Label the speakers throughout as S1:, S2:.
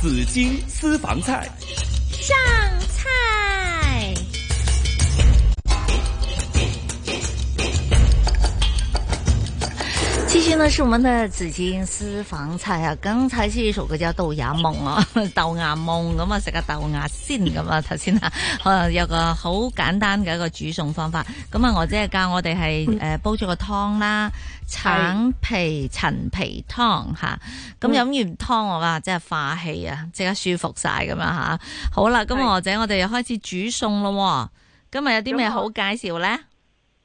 S1: 紫金私房菜。
S2: 上菜。继续呢，是我们的紫金私房菜啊！剛才先呢首歌叫《豆芽夢》啊，豆芽夢咁啊，食個豆芽先咁啊，頭先啊，啊有個好簡單嘅一個煮餸方法。咁啊，我姐教我哋係誒煲咗個湯啦，橙皮陳皮湯嚇。咁
S3: 嗯
S2: 飲完湯我話真係化氣啊，即刻舒服晒咁樣嚇。好啦，咁我姐我哋又開始煮餸咯喎。今日有啲
S3: 啊
S2: 咩好介紹咧？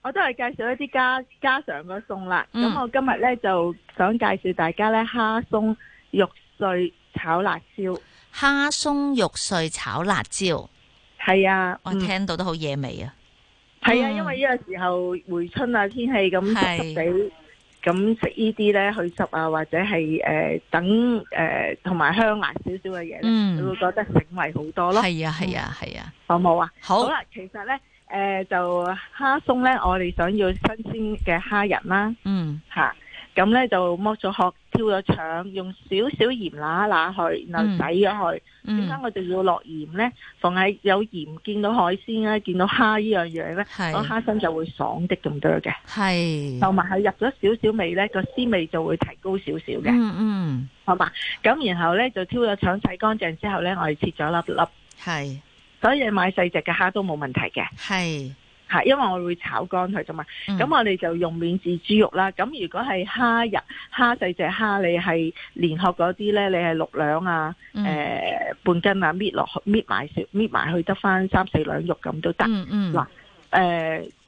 S3: 我都係介紹一啲家家常嘅餸啦。咁、
S2: 嗯
S3: 我今日呢，就想介紹大家呢蝦鬆肉碎炒辣椒。
S2: 蝦鬆肉碎炒辣椒。
S3: 係啊，
S2: 我
S3: 嗯
S2: 聽到都好野味啊！
S3: 係啊，
S2: 嗯
S3: 因為呢個時候回春啊，天氣咁
S2: 係
S3: 濕濕地，咁食呢啲呢去濕啊，或者係誒、呃等誒同埋香辣少少嘅嘢呢，
S2: 嗯
S3: 你會覺得醒胃好多咯，嗯
S2: 係啊，係啊，係啊，
S3: 好冇啊？
S2: 好，
S3: 啦，其實呢，誒、就蝦鬆呢，我哋想要新鮮嘅蝦仁啦。
S2: 嗯
S3: 吓，咁咧就剝咗殼，挑咗腸，用少少鹽揦揦去，然後
S2: 嗯
S3: 洗咗佢。點解、
S2: 嗯，
S3: 我哋要落鹽咧？逢係有鹽，見到海鮮咧，見到蝦呢樣嘢咧，個
S2: 係嗯
S3: 蝦身就會爽的咁多嘅，
S2: 係，
S3: 同埋係入咗少少味咧，個鮮味就會提高少少嘅，
S2: 嗯嗯，
S3: 好嘛？咁然後咧就挑咗腸，洗乾淨之後咧，我哋切咗粒粒，
S2: 係
S3: 所以買細只嘅蝦都冇問題嘅
S2: 係，
S3: 吓，因為我會炒乾佢啫嘛。
S2: 嗯
S3: 咁我哋就用免治豬肉啦。咁如果係蝦仁、蝦細隻蝦，你係連殼嗰啲咧，你係六兩啊、誒、
S2: 嗯
S3: 半斤啊，搣落去搣埋少搣埋去得翻三四兩肉咁都得。誒、
S2: 嗯嗯，
S3: 嗱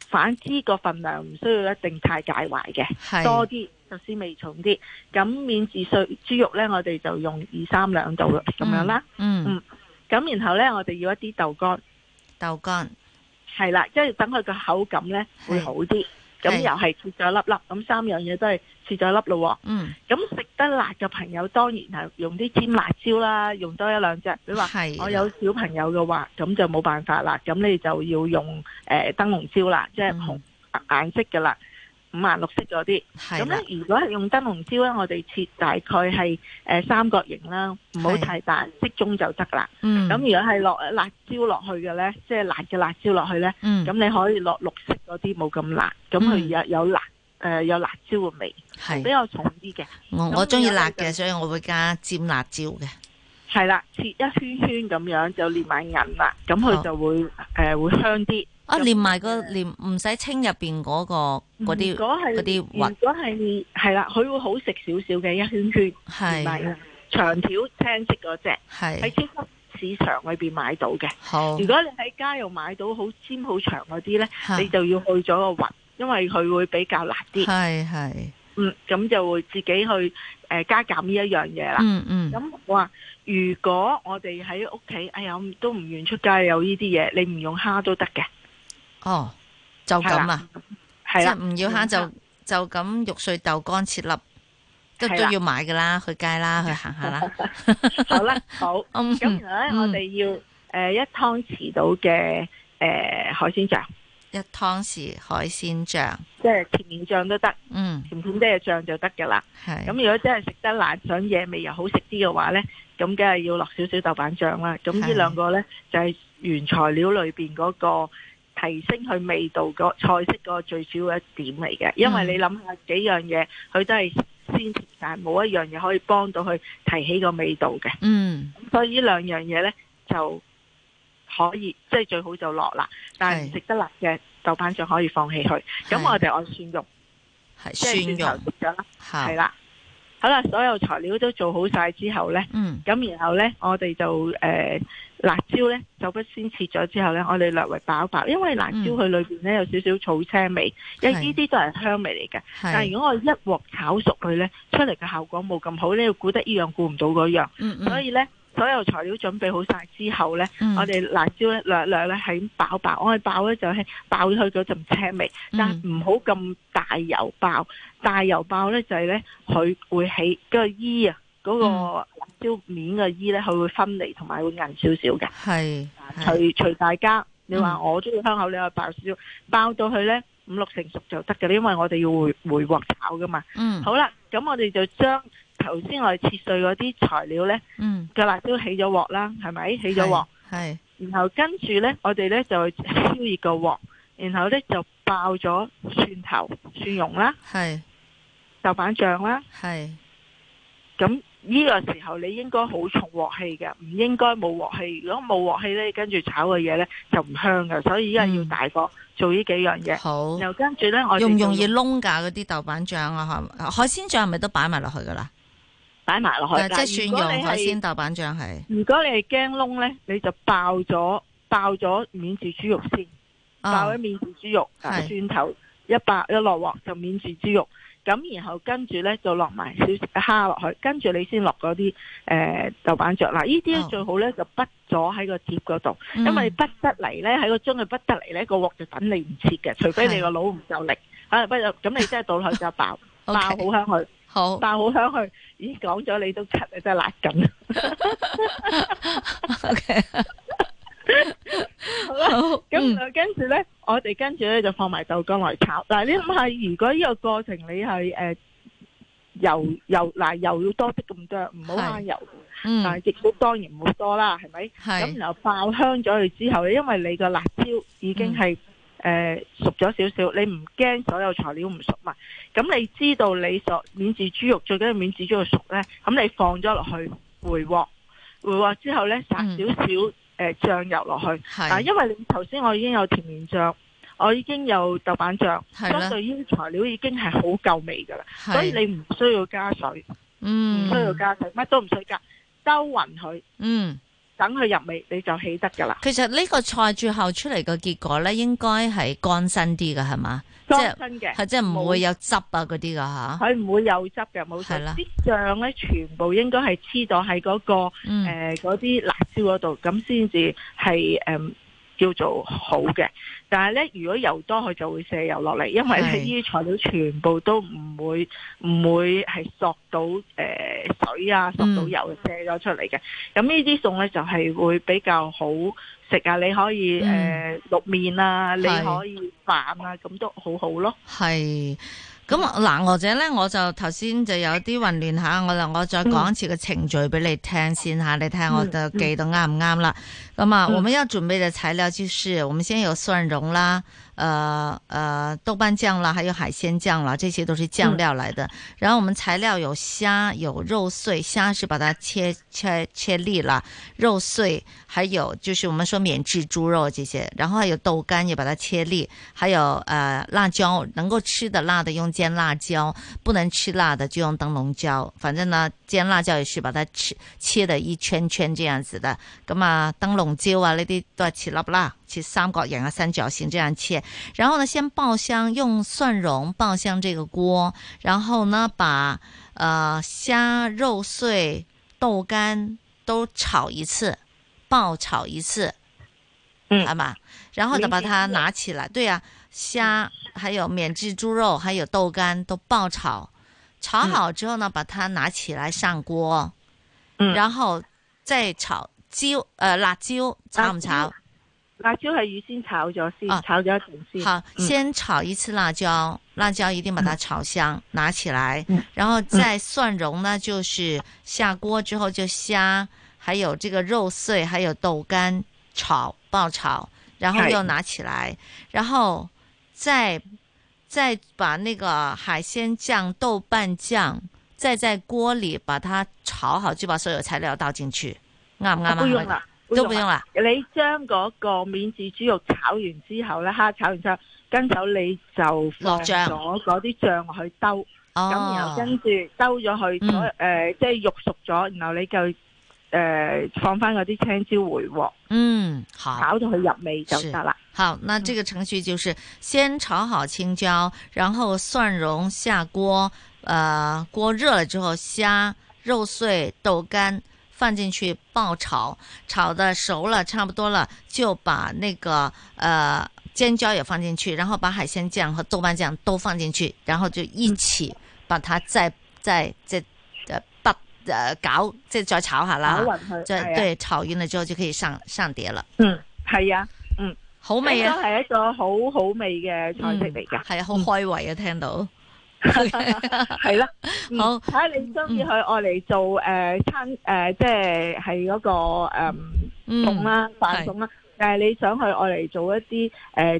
S3: 反之個份量唔需要一定太介懷嘅，
S2: 係
S3: 多啲就鮮味重啲。咁免治碎豬肉咧，我哋就用二三兩度咁樣啦。，
S2: 嗯，嗯
S3: 嗯咁然後咧，我哋要一啲豆乾，
S2: 豆乾，
S3: 係啦，即係等佢個口感咧
S2: 係
S3: 會好啲。咁
S2: 係
S3: 又係切咗粒粒，咁三樣嘢都係切咗粒咯喎。
S2: 嗯，
S3: 咁食得辣嘅朋友，當然係用啲尖辣椒啦，用多一兩隻。你話
S2: 係啦，啊
S3: 我有小朋友嘅話，咁就冇辦法啦，咁你就要用誒、呃、燈籠椒啦，即係
S2: 嗯
S3: 紅顏色嘅啦，五顏六色嗰啲。
S2: 係
S3: 咁
S2: 啦，
S3: 咧，如果係用燈籠椒咧，我哋切大概係誒、呃三角形啦，唔好
S2: 係
S3: 太大，適中就得啦。
S2: 嗯，
S3: 咁、如果係落辣椒落去嘅咧，即係辣嘅辣椒落去咧，
S2: 嗯
S3: 咁你可以落綠色嗰啲冇咁辣，咁佢
S2: 嗯
S3: 有有辣誒、呃有辣椒嘅味，比
S2: 係，
S3: 較重啲嘅。
S2: 我
S3: 咁
S2: 我中意辣
S3: 有
S2: 嘅，所以我會加尖辣椒嘅，
S3: 系啦，切一圈圈咁樣就連埋銀啦，咁
S2: 哦
S3: 佢就會诶、會香啲。
S2: 啊，
S3: 咁
S2: 連埋個連唔使清入邊嗰個嗰
S3: 嗯如
S2: 啲，
S3: 果係
S2: 嗰啲
S3: 如果係係啦，佢會好食少少嘅一圈圈，連埋
S2: 係
S3: 銀長條青色嗰只喺
S2: 係
S3: 超級市場裏边買到嘅。
S2: 好，
S3: 如果你喺街度買到好尖好長嗰啲呢，
S2: 嚇
S3: 你就要去咗個核，因為佢會比較辣啲。
S2: 係係，
S3: 嗯，咁就會自己去诶、呃加減呢一樣嘢啦。
S2: 嗯嗯，
S3: 咁我話：如果我哋喺屋企，哎呀，我都唔願出街有呢啲嘢，你唔用蝦都得嘅，
S2: 哦，就
S3: 係
S2: 咁
S3: 啦
S2: 啊。
S3: 係
S2: 即係
S3: 啦，
S2: 唔要蝦就就咁肉碎豆乾切粒，都
S3: 係
S2: 都
S3: 啦
S2: 要買噶啦，去街 啦，去行下啦。
S3: 好啦，好。
S2: 嗯，嗯
S3: 咁然後咧，我哋要诶一湯匙到嘅诶海鮮醬，
S2: 一湯匙海鮮醬，
S3: 即係甜面醬都得，
S2: 嗯
S3: 甜甜啲嘅醬就得㗎啦。
S2: 係，
S3: 咁如果真係食得辣，想野味又好食啲嘅話呢，咁梗係要落少少豆瓣醬啦。咁呢
S2: 係
S3: 兩個呢，就係原材料裏面嗰個提升佢味道個菜式個最主要一點嚟嘅。因為
S2: 嗯
S3: 你諗下幾樣嘢，佢都係鮮甜，但係冇一樣嘢可以幫到佢提起個味道嘅。
S2: 嗯
S3: 所以呢兩樣嘢呢，就可以即係最好就落啦。但係
S2: 係
S3: 唔食得辣嘅豆瓣醬可以放棄佢。咁
S2: 係
S3: 我哋按蒜蓉，
S2: 係
S3: 即
S2: 蒜
S3: 係蒜
S2: 蓉
S3: 頭食咗啦。
S2: 好
S3: 系，啦，好啦，所有材料都做好晒之後呢，
S2: 嗯
S3: 咁然後呢，我哋就诶、辣椒呢，就不先切咗之後呢，我哋略為爆爆，因為辣椒
S2: 嗯
S3: 佢裏边呢有少少草青味，因
S2: 係
S3: 為呢啲都係香味嚟嘅。但係
S2: 係，
S3: 如果我一鑊炒熟佢呢，出嚟嘅效果冇咁好，呢要估得呢樣估唔到嗰樣，
S2: 嗯
S3: 所
S2: 嗯
S3: 以呢，所有材料準備好晒之後呢，
S2: 嗯，
S3: 我哋辣椒呢，略略呢係咁爆爆，我哋爆呢就係爆佢嗰陣青味。但
S2: 嗯
S3: 唔好咁大油爆，大油爆呢就係呢，佢會起嗰個衣啊，嗰、個
S2: 嗯
S3: 辣椒面嘅衣呢，佢會分離同埋會硬少少嘅。
S2: 係係
S3: 隨隨大家，你話
S2: 嗯
S3: 我中意香口，你話爆少少，爆到佢呢五六成熟就得嘅，因為我哋要回回鑊炒噶嘛。
S2: 嗯
S3: 好啦，咁我哋就將頭先我哋切碎嗰啲材料呢，
S2: 嗯，
S3: 個辣椒起咗鑊啦，係咪？起咗鑊，
S2: 係，係，
S3: 然後跟住呢，我哋呢就燒熱個鑊，然後呢就爆咗蒜頭、蒜蓉啦、
S2: 係，
S3: 豆瓣醬啦。
S2: 係，
S3: 咁呢個時候你應該好重鑊氣嘅，唔應該冇鑊氣。如果冇鑊氣呢，跟住炒嘅嘢呢就唔香嘅。所以依家要大火做呢幾樣嘢。
S2: 好。
S3: 然後跟住呢，我哋
S2: 容唔容易
S3: 就
S2: 窿㗎嗰啲豆瓣醬啊？嚇海鮮醬係咪都擺埋落去㗎啦？
S3: 擺埋落去。
S2: 誒呃即係
S3: 嗱如果
S2: 蒜蓉
S3: 你係
S2: 海鮮豆瓣醬係。
S3: 如果你係驚窿呢，你就爆咗爆咗免治豬肉先，爆
S2: 哦
S3: 咗免治豬肉，啊
S2: 係
S3: 蒜頭一爆一落鑊就免治豬肉，咁然後跟住呢，就落埋少少蝦落去，跟住你先落嗰啲誒豆瓣醬啦。呢啲呢
S2: 哦嗯
S3: 最好呢，就滗咗喺個碟嗰度，因為你滗得嚟呢，喺個樽佢滗得嚟呢個鑊就等你唔切嘅，除非
S2: 係
S3: 你個腦唔夠力。啊，不過咁你真係倒落去就 爆，
S2: 嗯
S3: 爆
S2: OK，
S3: 好香佢，
S2: 好。
S3: 爆好香佢。咦，講咗你都咳啊，真係辣緊。
S2: OK，
S3: 好啦。
S2: 好。
S3: 咁
S2: 嗯
S3: 誒跟住咧，我哋跟住咧就放埋豆乾嚟炒。嗱，你諗下，如果呢個過程你係誒、呃油油嗱油要多啲咁多，唔好
S2: 係
S3: 慳油，但
S2: 嗯，
S3: 係亦都當然唔好多啦，係咪？咁
S2: 係
S3: 然後爆香咗佢之後咧，因為你個辣椒已經係誒、
S2: 嗯
S3: 呃熟咗少少，你唔驚所有材料唔熟嘛？咁你知道你所免治豬肉最緊要免治豬肉熟咧，咁你放咗落去回鑊，回鑊之後咧撒
S2: 嗯
S3: 少少誒醬油落去。啊，
S2: 係
S3: 因為你頭先我已經有甜麵醬，我已經有豆瓣醬，
S2: 係
S3: 相
S2: 啦，
S3: 對呢啲材料已經係好夠味㗎啦，所以
S2: 係
S3: 你唔需要加水，唔
S2: 嗯
S3: 需要加水，乜都唔需要加，兜勻佢，
S2: 嗯。
S3: 等佢入味你就起得㗎啦。
S2: 其實呢個菜最後出嚟嘅結果咧，應該係乾身啲嘅係嘛？即
S3: 乾
S2: 係
S3: 身嘅，
S2: 係即係唔會有汁啊嗰啲噶吓。
S3: 佢唔會有汁嘅，冇水
S2: 係啦。
S3: 啲醬咧全部應該係黐咗喺嗰個
S2: 嗯，
S3: 誒呃嗰啲辣椒嗰度，咁先至係誒叫做好嘅。但係咧，如果油多，佢就會瀉油落嚟，因為
S2: 係
S3: 咧呢啲材料全部都唔會唔會係索到誒、呃水啊，索到
S2: 嗯
S3: 油瀉咗出嚟嘅。咁呢啲餸咧就係、會比較好食啊！你可以誒、呃淥麵啊，
S2: 嗯
S3: 你
S2: 係
S3: 可以飯啊，咁都好好咯。
S2: 係。咁嗱，或者咧，我就頭先就有啲混亂下，我就我再講一次個程序俾你聽先吓，你睇下我就記到啱唔啱啦。咁啊，
S3: 嗯
S2: 我們要準備的材料就是，我們先有蒜蓉啦，呃呃豆瓣醬啦，還有海鮮醬啦，這些都是醬料來的。然後我們材料有蝦，有肉碎，蝦是把它切切切粒啦，肉碎，还有就是我們說免治豬肉這些，然後還有豆干也把它切粒，还有呃辣椒，能夠吃的辣的用尖辣椒，不能吃辣的就用燈籠椒，反正呢尖辣椒也是把它切切的一圈圈這樣子的。咁啊，燈籠椒啊呢啲都係切粒啦，切三角形啊、三角形這樣切。然後呢，先爆香，用蒜蓉爆香這個鍋，然後呢，把呃蝦、肉碎、豆干都炒一次，爆炒一次，
S3: 嗯
S2: 好啊嘛？然后就把它
S3: 免治豬肉
S2: 拿起来，对呀、虾还有免治猪肉还有豆干都爆炒，炒好之后呢，把它拿起来上锅，
S3: 嗯
S2: 然后再炒椒，呃，辣
S3: 啊
S2: 椒炒唔炒？
S3: 辣椒係預先炒咗先，
S2: 啊
S3: 炒咗一陣先。
S2: 好，
S3: 嗯
S2: 先炒一次辣椒，辣椒一定把它炒香，拿起来
S3: 嗯，
S2: 然后再蒜蓉呢，就是下锅之后就虾，还有这个肉碎，还有豆干炒爆炒，然后
S3: 是
S2: 又拿起来，然后再再把那个海鲜酱、豆瓣酱再在锅里把它炒好，就把所有材料倒进去，啱唔啱啊？
S3: 不用啦，
S2: 都不用啦，
S3: 你將嗰個免治豬肉炒完之後咧，蝦炒完之後，跟手你就
S2: 落
S3: 放
S2: 醬
S3: 咗嗰啲醬落去兜，咁、然後
S2: 哦，
S3: 啊跟住兜咗佢，
S2: 嗯
S3: 所誒、呃即係肉熟咗，然後你就誒、呃放翻嗰啲青椒回鍋，
S2: 嗯，好。
S3: 炒到佢入味就得啦。
S2: 好，那这个程序就是先炒好青椒，然后蒜蓉下锅，呃，锅热了之后，虾、肉碎、豆干放进去爆炒，炒的熟了差不多了，就把那个呃尖椒也放进去，然后把海鲜酱和豆瓣酱都放进去，然后就一起把它再再再呃不呃搞，即系再炒下
S3: 炒
S2: 啦，
S3: 勻佢，
S2: 再
S3: 係啊，
S2: 对炒匀了之后就可以上上碟了，
S3: 嗯，係啊，
S2: 好
S3: 咁
S2: 味啊！嗯
S3: 都係一個好好味嘅菜式嚟㗎。嗯
S2: 系啊，好開胃啊！聽到
S3: 系啦，嗯
S2: 好嗯
S3: 睇下你中意佢愛嚟做诶餐诶，即係係嗰個诶
S2: 嗯
S3: 餸啦、飯餸啦。但係你想去愛嚟做一啲诶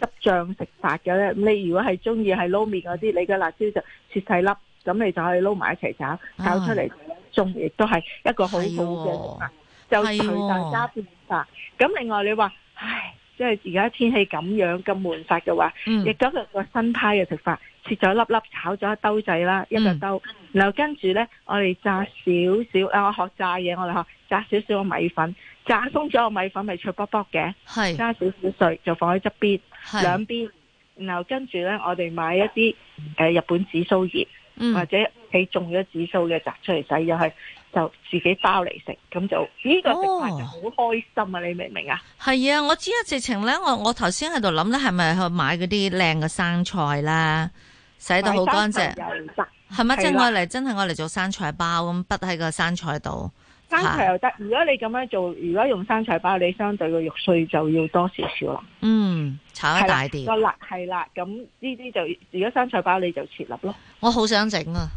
S3: 汁醬食法嘅咧，咁你如果係中意係撈面嗰啲，你嘅辣椒就切細粒，咁你就可以撈埋一齊
S2: 啊
S3: 炒，炒出嚟仲亦都係一個好好嘅食法。就
S2: 係
S3: 隨
S2: 喎
S3: 大家變化。咁另外你話，唉，即係而家天氣咁樣咁悶法嘅話，
S2: 嗯
S3: 亦都有個新派嘅食法，切咗粒粒炒咗一兜仔啦，
S2: 嗯
S3: 一個兜，然後跟住呢，我哋炸少少，啊，我學炸嘢，我哋學炸少少嘅米粉，炸鬆咗個米粉咪脆卜卜嘅，
S2: 係
S3: 加少少碎就放喺側邊
S2: 嗯係
S3: 兩邊，然後跟住呢，我哋買一啲誒、呃日本紫蘇葉。
S2: 嗯
S3: 或者你種咗紫蘇嘅摘出嚟洗咗去，就自己包嚟食，咁就呢、個食
S2: 哦
S3: 法就好開心啊！你明唔明啊？
S2: 係啊，我知啊，直情咧，我我頭先喺度諗咧，係咪去買嗰啲靚嘅生菜啦，洗到好乾淨，
S3: 買生菜
S2: 係咪？即
S3: 係
S2: 係
S3: 啦
S2: 愛嚟真係愛嚟做生菜包咁，滗喺個生菜度。
S3: 又得，生菜
S2: 嚇
S3: 又得。如果你咁樣做，如果用生菜包，你相對個肉碎就要多少少啦。
S2: 嗯，炒
S3: 係
S2: 得大
S3: 啦，
S2: 啲。
S3: 個辣係啦，咁呢啲就如果生菜包你就切粒咯。
S2: 我好想整啊！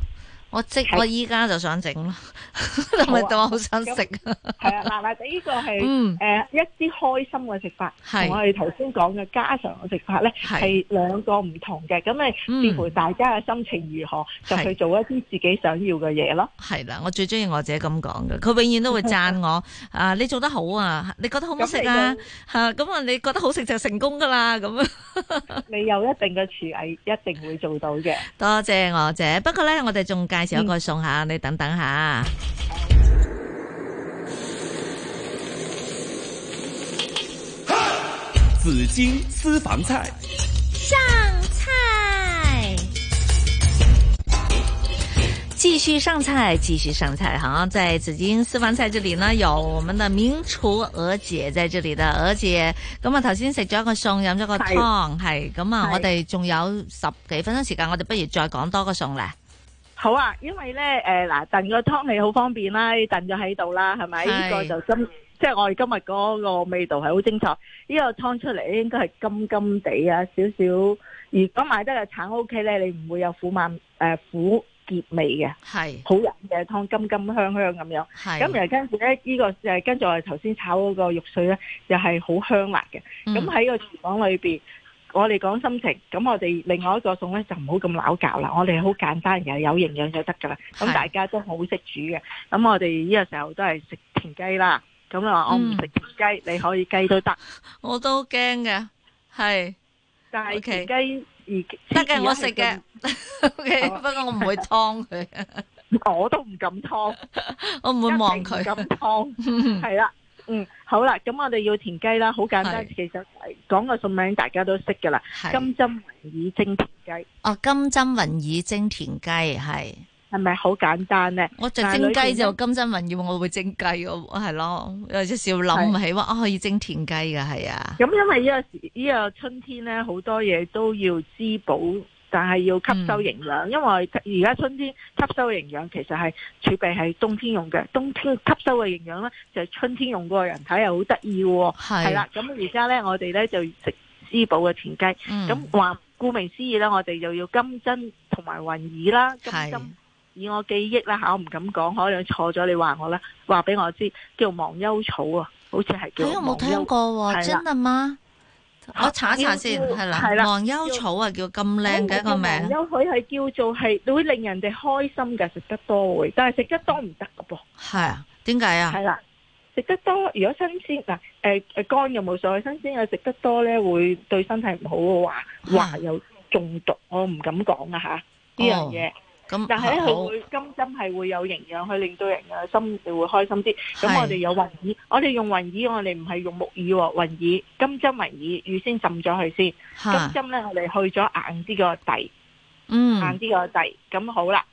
S2: 我即
S3: 係
S2: 我依家就想整啦， 同埋
S3: 好啊
S2: 我好想食啊！
S3: 係啊，嗱嗱，呢個係
S2: 嗯，
S3: 誒一啲開心嘅食法，
S2: 係
S3: 同我哋頭先講嘅家常嘅食法咧
S2: 係
S3: 係兩個唔同嘅。咁
S2: 嗯
S3: 你視乎大家嘅心情如何，就
S2: 係
S3: 去做一啲自己想要嘅嘢咯。
S2: 係啦，我最中意我自己咁講嘅，佢永遠都會讚我啊！你做得好啊！你覺得好唔好食啊
S3: 咁你？
S2: 吓咁啊！你覺得好食就成功噶啦咁啊！
S3: 你有一定嘅廚藝，一定會做到嘅。
S2: 多謝我姐，不過咧我哋仲介紹一個餸下，你等等下。
S1: 紫金私房菜。
S2: 上菜，继续上菜，继续上菜。好，在紫金私房菜这里呢，有我们的名厨娥姐在这里的娥姐。咁啊，頭先食咗一個餸，飲咗個
S3: 係
S2: 湯，係咁啊。
S3: 係
S2: 我哋仲有十幾分鐘時間，我哋不如再講多個餸咧。
S3: 好啊，因為咧誒嗱，燉個湯你好方便啦，你燉咗喺度啦，係咪？
S2: 係
S3: 呢個就今即係我哋今日嗰個味道係好精彩。呢、個湯出嚟應該係金金地啊，少少。如果買得嘅橙 O K 咧，你唔會有苦慢誒、呃苦澀味嘅，
S2: 係
S3: 好飲嘅湯，金金香香咁樣。
S2: 係
S3: 咁然後跟住咧，呢、個誒跟住我哋頭先炒嗰個肉碎咧，又係好香辣嘅。咁
S2: 嗯
S3: 喺個廚房裏邊，我哋講心情，咁我哋另外一個餸咧就唔好咁撈教啦，我哋好簡單嘅，有營養就得噶啦。
S2: 係
S3: 咁大家都好識煮嘅，咁我哋呢個時候都係食田雞啦。咁啊，我唔
S2: 嗯
S3: 食田雞，你可以雞都得，
S2: 我都驚嘅，係
S3: 但
S2: OK
S3: 係田雞而
S2: 得嘅，我食嘅。。OK，
S3: 好
S2: 不
S3: 啊
S2: 過我唔會劏佢，
S3: 我都唔敢劏，
S2: 我唔會望佢
S3: 一。定唔敢 劏。
S2: 嗯
S3: 係啦，嗯，好啦，咁我哋要田雞啦，好簡單，
S2: 係
S3: 其實講個餸名大家都識噶啦，
S2: 係
S3: 金針雲耳蒸田雞
S2: 哦，金針雲耳蒸田雞係，
S3: 係咪好簡單咧？
S2: 我就蒸雞就金針雲耳，我會蒸雞，我係咯，有少少諗唔起話啊可以蒸田雞嘅係啊，
S3: 咁因為呢個時呢、個春天咧，好多嘢都要滋補，但係要
S2: 嗯
S3: 吸收營養。因為而家春天吸收營養其實係儲備係冬天用嘅，冬天吸收嘅營養咧就係、春天用個人體係好得意嘅喎。係
S2: 係
S3: 啦，咁而家咧我哋咧就食滋補嘅田雞。
S2: 咁
S3: 咁話顧名思義咧，我哋就要金針同埋雲耳啦，金
S2: 係
S3: 針。以我記憶啦嚇，我唔敢講，可能錯咗。你話我啦，話俾我知叫忘憂草啊，好似係
S2: 係
S3: 叫
S2: 我哎冇
S3: 忘
S2: 聽
S3: 憂
S2: 過
S3: 係
S2: 喎，
S3: 啦啊
S2: 真啊嗎？我查一查先，
S3: 要要
S2: 係
S3: 係啦哦
S2: 啦，忘憂草啊叫咁靚嘅一個名，
S3: 有佢係叫做係會令人哋開心嘅，食得多會，但係食得多唔得㗎噃，
S2: 係啊，點解啊
S3: 係？啦。食得多，如果新鮮嗱，誒誒乾又冇所謂，新鮮嘅食得多咧，會對身體唔好嘅
S2: 啊
S3: 話，話有中毒，我唔敢講啊嚇呢樣嘢。
S2: 哦咁哦
S3: 但係咧，佢
S2: 好
S3: 會金針係會有營養，去令到人嘅心會開心啲。
S2: 係
S3: 咁我哋有雲耳，我哋用雲耳，我哋唔係用木耳喎，雲耳金針雲耳，預先浸咗佢先。
S2: 嚇
S3: 金針咧，我哋去咗硬啲個底。
S2: 嗯
S3: 硬啲啊個底，咁好啦。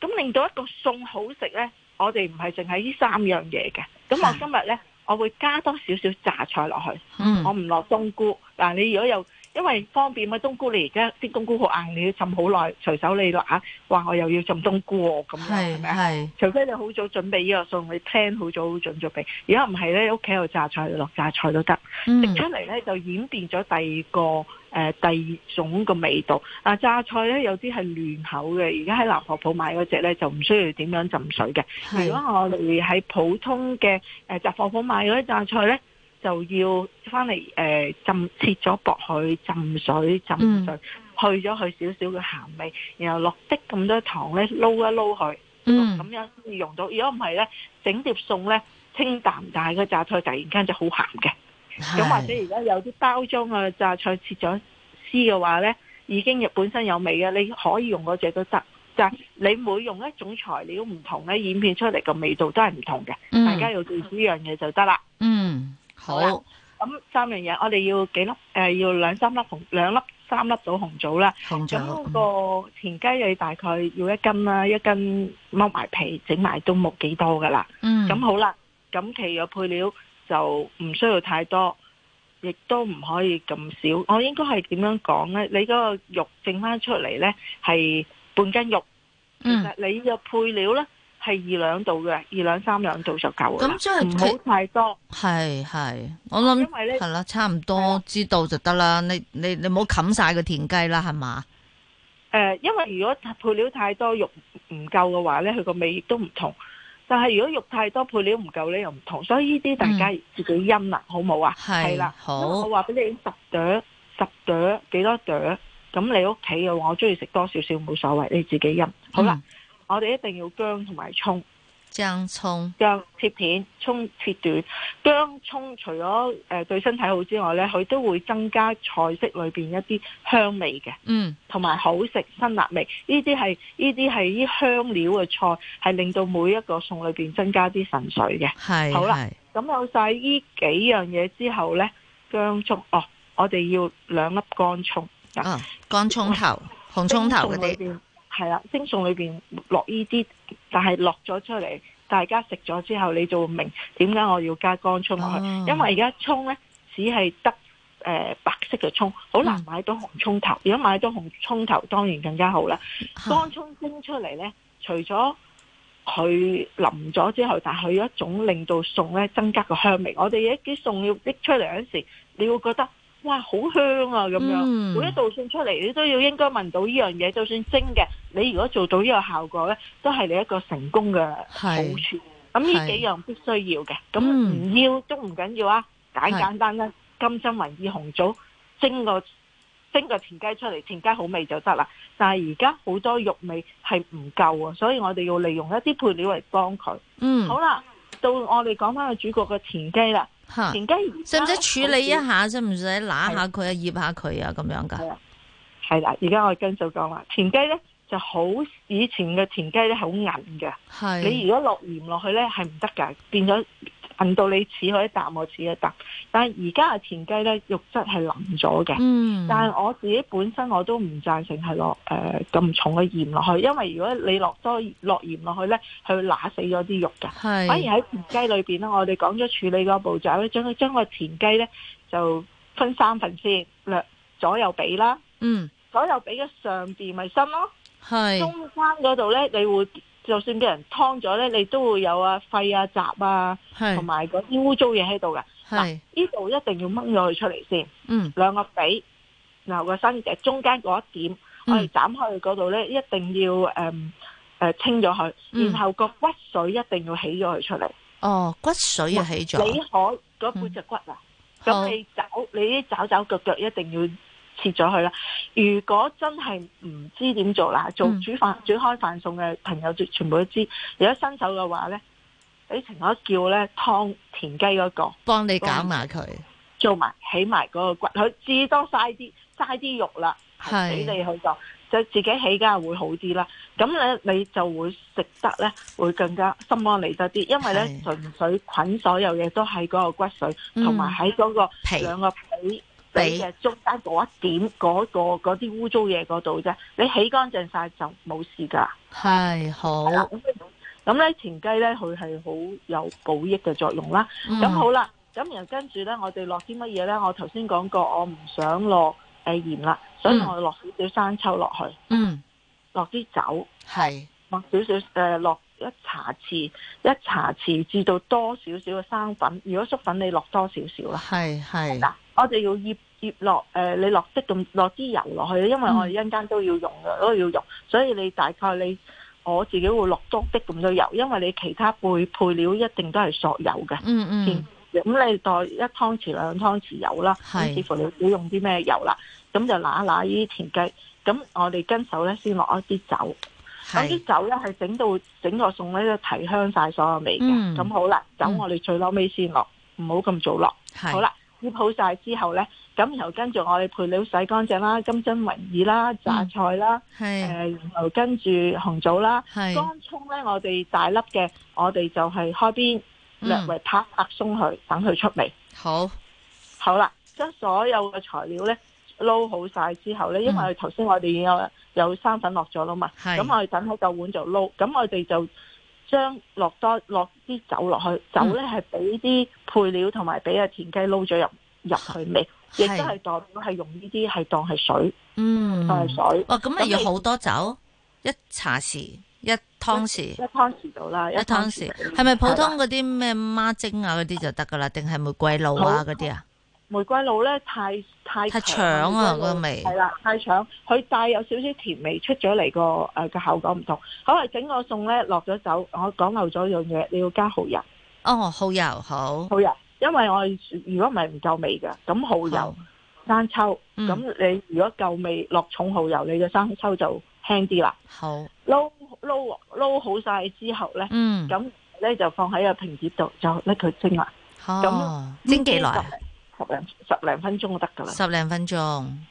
S3: 咁令到一個餸好食呢，我哋唔係淨係呢三樣嘢嘅。咁我
S2: 係
S3: 今日呢，我會加多少少榨菜落去，
S2: 嗯
S3: 我唔落冬菇。嗱，你如果有，因為方便嘛，冬菇你而家啲冬菇好硬，你要浸好耐，隨手你揦，話我又要浸冬菇喎，咁樣係
S2: 係
S3: 咪啊？
S2: 係
S3: 除非你好早準備呢個餸，你 plan 好早準準備。如果唔係呢，屋企有榨菜，落榨菜都得。食
S2: 嗯
S3: 出嚟呢，就演變咗第二個呃第二種嘅味道。啊，榨菜咧有啲係嫩口嘅，而家喺南婆鋪買嗰只咧就唔需要點樣浸水嘅。如
S2: 係
S3: 果我哋喺普通嘅誒雜貨鋪買嗰啲榨菜咧，就要翻嚟誒浸切咗薄佢，浸水浸
S2: 嗯
S3: 水，去咗佢少少嘅鹹味，然後落滴咁多糖咧撈一撈佢，
S2: 嗯
S3: 咁樣先至用到。如果唔係咧，整碟餸咧清淡，但係個榨菜突然間就好鹹嘅。咁或者
S2: 係
S3: 而家有啲包裝嘅榨菜切咗絲嘅話呢，已經本身有味嘅，你可以用嗰只都得。但係你每用一種材料唔同呢，演變出嚟嘅味道都係唔同嘅。
S2: 嗯
S3: 大家要記住呢樣嘢就得啦。
S2: 嗯好
S3: 好啦咁三樣嘢，我哋要幾粒誒、呃要兩三粒紅兩粒三粒到紅棗啦。
S2: 紅
S3: 咁
S2: 棗嗯
S3: 個田雞你大概要一斤啦，一斤剝埋皮整埋都冇幾多噶啦。
S2: 嗯
S3: 咁好啦，咁其餘嘅配料就唔需要太多，亦都唔可以咁少。我應該係點樣講呢？你嗰個肉剩翻出嚟呢，係半斤肉，其
S2: 嗯
S3: 實你嘅配料呢，係二兩度嘅，二兩三兩度就夠㗎啦
S2: 咁即係
S3: 唔
S2: 其
S3: 好太多。
S2: 係係，我諗
S3: 哦因為咧
S2: 係啦，差唔
S3: 係啊
S2: 多知道就得啦。你你你唔好冚晒個田雞啦，係嘛？
S3: 誒、因為如果配料太多，肉唔夠嘅話呢，佢個味亦都唔同。但係如果肉太多，配料唔夠呢，又唔同。所以呢啲大家
S2: 嗯
S3: 自己因啦，好冇啊？
S2: 係
S3: 係啦，啊
S2: 好
S3: 因為我話俾你十朵，十朵幾多朵？咁你屋企嘅話，我中意食多少少冇所謂，你自己因。好啦，
S2: 嗯，
S3: 我哋一定要薑同埋葱，
S2: 姜葱，
S3: 薑切片，葱切短。薑葱除咗誒、呃、對身體好之外呢，佢都會增加菜式裏邊一啲香味嘅。
S2: 嗯
S3: 同埋好食辛辣味，呢啲係呢啲係啲香料嘅菜，係令到每一個餸裏邊增加啲神水嘅。
S2: 係
S3: 好啦
S2: 係
S3: 咁有晒呢幾樣嘢之後呢，薑葱哦，我哋要兩粒乾葱，
S2: 啊，乾葱頭、 紅葱頭嗰
S3: 蒸餸
S2: 啲，
S3: 裏邊係啦，蒸餸裏邊落呢啲，但係落咗出嚟，大家食咗之後，你就會明點解我要加乾葱落去，
S2: 哦
S3: 因為而家葱呢，只係得。誒、白色嘅葱好難
S2: 嗯
S3: 買到紅葱頭，如果買到紅葱頭當然更加好啦。
S2: 嚇
S3: 乾葱蒸出嚟呢，除咗佢淋咗之後，但係佢有一種令到餸呢增加個香味。我哋一啲餸要拎出嚟嗰時，你會覺得哇好香啊咁樣。
S2: 嗯
S3: 每一道餸出嚟，你都要應該聞到呢樣嘢。就算蒸嘅，你如果做到呢個效果呢，都係你一個成功嘅好
S2: 係
S3: 處。咁呢
S2: 係
S3: 幾樣必須要嘅，咁
S2: 嗯
S3: 唔要都唔緊要啊，簡
S2: 係
S3: 簡單單，金針雲耳紅棗蒸個蒸個田雞出嚟，田雞好味就得啦。但係而家好多肉味係唔夠啊，所以我哋要利用一啲配料嚟幫佢。
S2: 嗯
S3: 好啦，到我哋講翻個主角嘅田雞啦，
S2: 嚇，
S3: 田雞而
S2: 啊使
S3: 家
S2: 唔使處理一啊
S3: 好似？
S2: 下？使唔使揦下佢啊、醃下佢啊咁樣㗎？
S3: 係啦，而家我跟住講啦，田雞呢就好，以前嘅田雞呢係好韌嘅。你
S2: 係
S3: 如果落鹽落去咧，係唔得㗎，變咗呃韌到你似佢一啖，我似一啖。但係而家嘅田雞咧，肉質係腍咗嘅。
S2: 嗯，
S3: 但係我自己本身我都唔贊成係落誒咁重嘅鹽落去，因為如果你落多落鹽落去咧，佢會揦死咗啲肉㗎。
S2: 係
S3: 反而喺田雞裏邊咧，我哋講咗處理個步驟咧，將將個田雞咧就分三份先，略左右比啦，
S2: 嗯
S3: 左右比嘅上邊咪心咯。
S2: 係
S3: 中間嗰度咧，你會就算俾人劏咗咧，你都會有啊肺啊雜啊，同
S2: 係
S3: 埋嗰啲污糟嘢喺度嘅。嗱
S2: 係，
S3: 呢度一定要掹咗佢出嚟先，
S2: 嗯
S3: 兩個髀，然後個身嘅中間嗰一點，我哋
S2: 嗯
S3: 斬開佢嗰度咧，一定要誒誒、呃清咗佢，
S2: 嗯
S3: 然後個骨髓一定要起咗佢出嚟。
S2: 哦，骨髓又起
S3: 你
S2: 咗，
S3: 可嗰背脊骨啊，咁、
S2: 嗯好
S3: 你爪你啲爪爪腳腳一定要切咗佢啦。如果真係唔知點做啦，做
S2: 嗯
S3: 煮飯、煮開飯餸嘅朋友就全部都知。如果新手嘅話咧，你情可叫咧湯田雞嗰、個
S2: 幫你搞埋佢，
S3: 做埋起埋嗰個骨，佢至多嘥啲嘥啲肉啦，
S2: 係
S3: 俾你去做。就自己起梗係會好啲啦，咁咧你就會食得咧會更加心安理得啲，因為咧
S2: 係
S3: 純粹捆所有嘢都喺嗰個骨髓
S2: 嗯
S3: 同埋喺嗰個
S2: 皮
S3: 兩個髀髀嘅中間嗰一點嗰、個嗰啲污糟嘢嗰度啫，你洗乾淨晒就冇事㗎。
S2: 係好，
S3: 係啦咁咧田雞咧佢係好有補益嘅作用啦。咁、
S2: 嗯
S3: 好啦，咁然後跟住咧我哋落啲乜嘢咧？我頭先講過，我唔想落誒鹽啦，所以
S2: 嗯
S3: 我落少少生抽落去，
S2: 嗯
S3: 落啲酒，
S2: 係
S3: 落少少誒落。一茶匙，一茶匙至到多少少嘅生粉，如果粟粉你落多少少啦。
S2: 係係
S3: 嗱，我哋要醃醃落誒，你落啲咁落啲油落去，因
S2: 嗯
S3: 為我哋一陣間都要用嘅，都要用，所以你大概你我自己會落多啲咁多油，因為你其他配配料一定都係索油嘅。
S2: 嗯嗯，
S3: 咁你代一湯匙兩湯匙油啦，
S2: 係
S3: 咁視乎你要用啲咩油啦，咁就揦一揦呢啲田雞，咁我哋跟手咧先落一啲酒，咁
S2: 係，
S3: 啲酒咧係整到整個餸咧都提香晒所有味
S2: 嗯
S3: 嘅，咁、好啦，酒
S2: 嗯
S3: 我哋最撈尾先落，唔好咁早落，
S2: 係，
S3: 好，啦，醃好晒之後咧，咁然後跟住我哋配料洗乾淨啦，金針雲耳啦，榨菜啦，誒、
S2: 係，
S3: 然後跟住紅棗啦。
S2: 係，
S3: 乾葱咧，我哋大粒嘅，我哋就係開邊，
S2: 嗯
S3: 略為拍拍鬆佢，等佢出味。
S2: 好，
S3: 好啦，將所有嘅材料咧撈好晒之後咧，因為頭先我哋已經有有生粉落咗啦嘛，
S2: 係
S3: 咁我哋等喺嚿碗就撈，咁我哋就將落多落啲酒落
S2: 嗯
S3: 去，酒咧係俾啲配料同埋俾啊田雞撈咗入入去味，亦都係代
S2: 係
S3: 表係用呢啲係當係水，
S2: 嗯，
S3: 當係水。
S2: 哇，咁
S3: 咁
S2: 咪
S3: 你
S2: 要好多酒，一茶匙，一湯匙
S3: 一。湯匙到啦，
S2: 一湯匙係咪普通嗰啲咩孖蒸啊嗰啲就得噶啦？定係玫瑰露啊嗰啲啊？
S3: 玫瑰露咧太太
S2: 太搶啊個味
S3: 係啦，太搶，佢帶有少少甜味出咗嚟個誒個效果唔同。好啊，整個餸咧落咗酒，我講漏咗樣嘢，你要加蠔油，
S2: 哦，蠔油好，
S3: 蠔油，因為我如果唔係唔夠味嘅，咁蠔油
S2: 好
S3: 生抽，
S2: 嗯
S3: 咁你如果夠味落重蠔油，你嘅生抽就輕啲啦。
S2: 好，
S3: 撈撈撈好晒之後咧，
S2: 嗯，
S3: 咁咧就放喺個平碟度，就拎佢蒸啦。
S2: 哦，蒸幾耐啊？
S3: 十零十零分鐘就得㗎啦。
S2: 十零分鐘，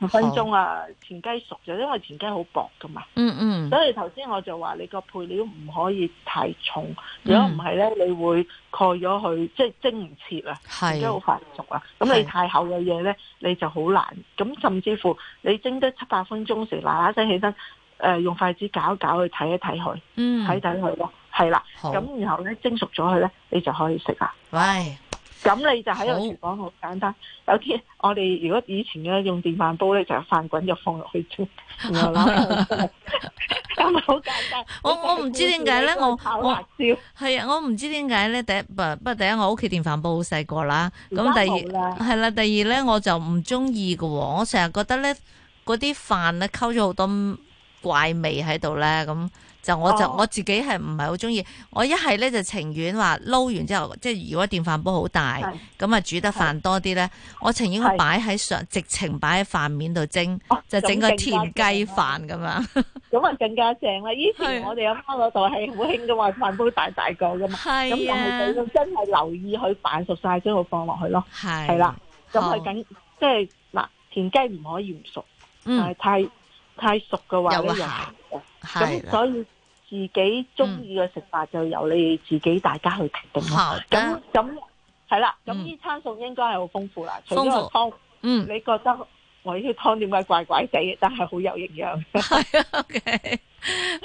S3: 五分
S2: 好，
S3: 鐘啊，田雞熟咗，因為田雞好薄噶嘛，
S2: 嗯嗯，
S3: 所以頭先我就話你個配料唔可以太
S2: 嗯
S3: 重，如果唔係咧，你會蓋咗佢，即係蒸唔切啊，田雞好
S2: 係，
S3: 快熟啊。咁你
S2: 哎係
S3: 太厚嘅嘢咧，你就好難。咁甚至乎你蒸得七八分鐘時，嗱嗱聲起身，誒、呃用筷子搞一搞佢睇一睇佢，
S2: 嗯，
S3: 睇睇佢咯，係啦。
S2: 好，
S3: 咁然後咧蒸熟咗佢咧，你就可以食啦。
S2: 喂，
S3: 咁你就喺
S2: 好
S3: 個廚房好簡單，有啲我哋如果以前咧用電飯煲咧，就係飯滾就放落去蒸，然 後攞出嚟咁好簡單。
S2: 我我唔知點解咧我
S3: 炒
S2: 我
S3: 辣椒，
S2: 係啊，我唔知點解咧，第一不不第一我屋企電飯煲好細個啦，咁
S3: 而家
S2: 第
S3: 冇啦
S2: 二係啦，第二咧我就唔中意嘅喎，我成日覺得咧嗰啲飯咧溝咗好多怪味喺度咧，咁就我就、
S3: 哦
S2: 我自己係唔係好中意，我一係咧就情願話撈完之後，即係如果電飯煲好大，
S3: 係
S2: 咁啊煮得飯多啲咧，我情願
S3: 係
S2: 擺喺上直情擺喺飯面度蒸，
S3: 哦
S2: 就整個
S3: 咁
S2: 田
S3: 更加
S2: 雞
S3: 正啦
S2: 飯咁樣，
S3: 咁啊更加正啦！以前
S2: 係
S3: 我哋阿媽嗰代係好興噶嘛，飯煲大大個噶嘛，啊咁
S2: 係
S3: 但係你
S2: 啊，
S3: 要真係留意佢飯熟晒先好放落去咯。
S2: 係
S3: 係啦，咁
S2: 好
S3: 佢緊即係嗱，田雞唔可以唔熟，但
S2: 嗯，
S3: 係太太熟嘅話
S2: 又
S3: 咧
S2: 係
S3: 又唔得
S2: 係
S3: 咁
S2: 啦，
S3: 所以自己中意嘅食法就由你自己大家去決定啦。
S2: 好
S3: 咁
S2: 的，
S3: 咁係啦，咁
S2: 啊嗯
S3: 呢餐餸應該係好豐富啦。除
S2: 豐
S3: 咗
S2: 富
S3: 個湯，
S2: 嗯。
S3: 你覺得我呢個湯點解怪怪地，但係好有營養。
S2: 系啊，OK，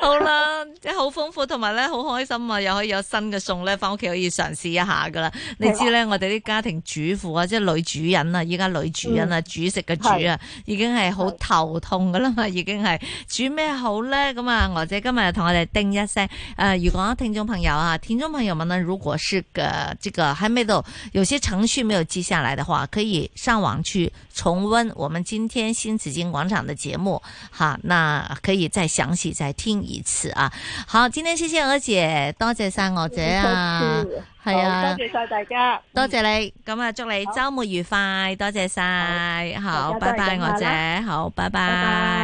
S2: 好啦，即系好豐富，同埋咧好開心啊，又可以有新嘅餸咧，翻屋企可以嘗試一下噶啦。你知咧，我哋啲家庭主婦啊，即係女主人啊，依家女主人啊，煮食嘅煮啊，已經係好
S3: 嗯係
S2: 頭痛噶啦嘛，已經係煮咩好咧？咁啊，娥姐今日同我哋叮一聲。呃，如果聽眾朋友啊，聽眾朋友們呢，如果是个这个还没有有些程序没有记下来的话，可以上网去重温我们今天新紫荆广场的节目。好，那可以再详细再听一次啊。好，今天谢谢娥姐，多谢晒娥姐啊，系
S3: 嗯好
S2: 啊
S3: 多。謝晒大家，
S2: 多謝你，咁啊，祝你周末愉快，多謝晒，好，
S3: 大
S2: 拜
S3: 家都係
S2: 拜，
S3: 咁
S2: 娥
S3: 話啦
S2: 姐，好，拜
S3: 拜
S2: 拜。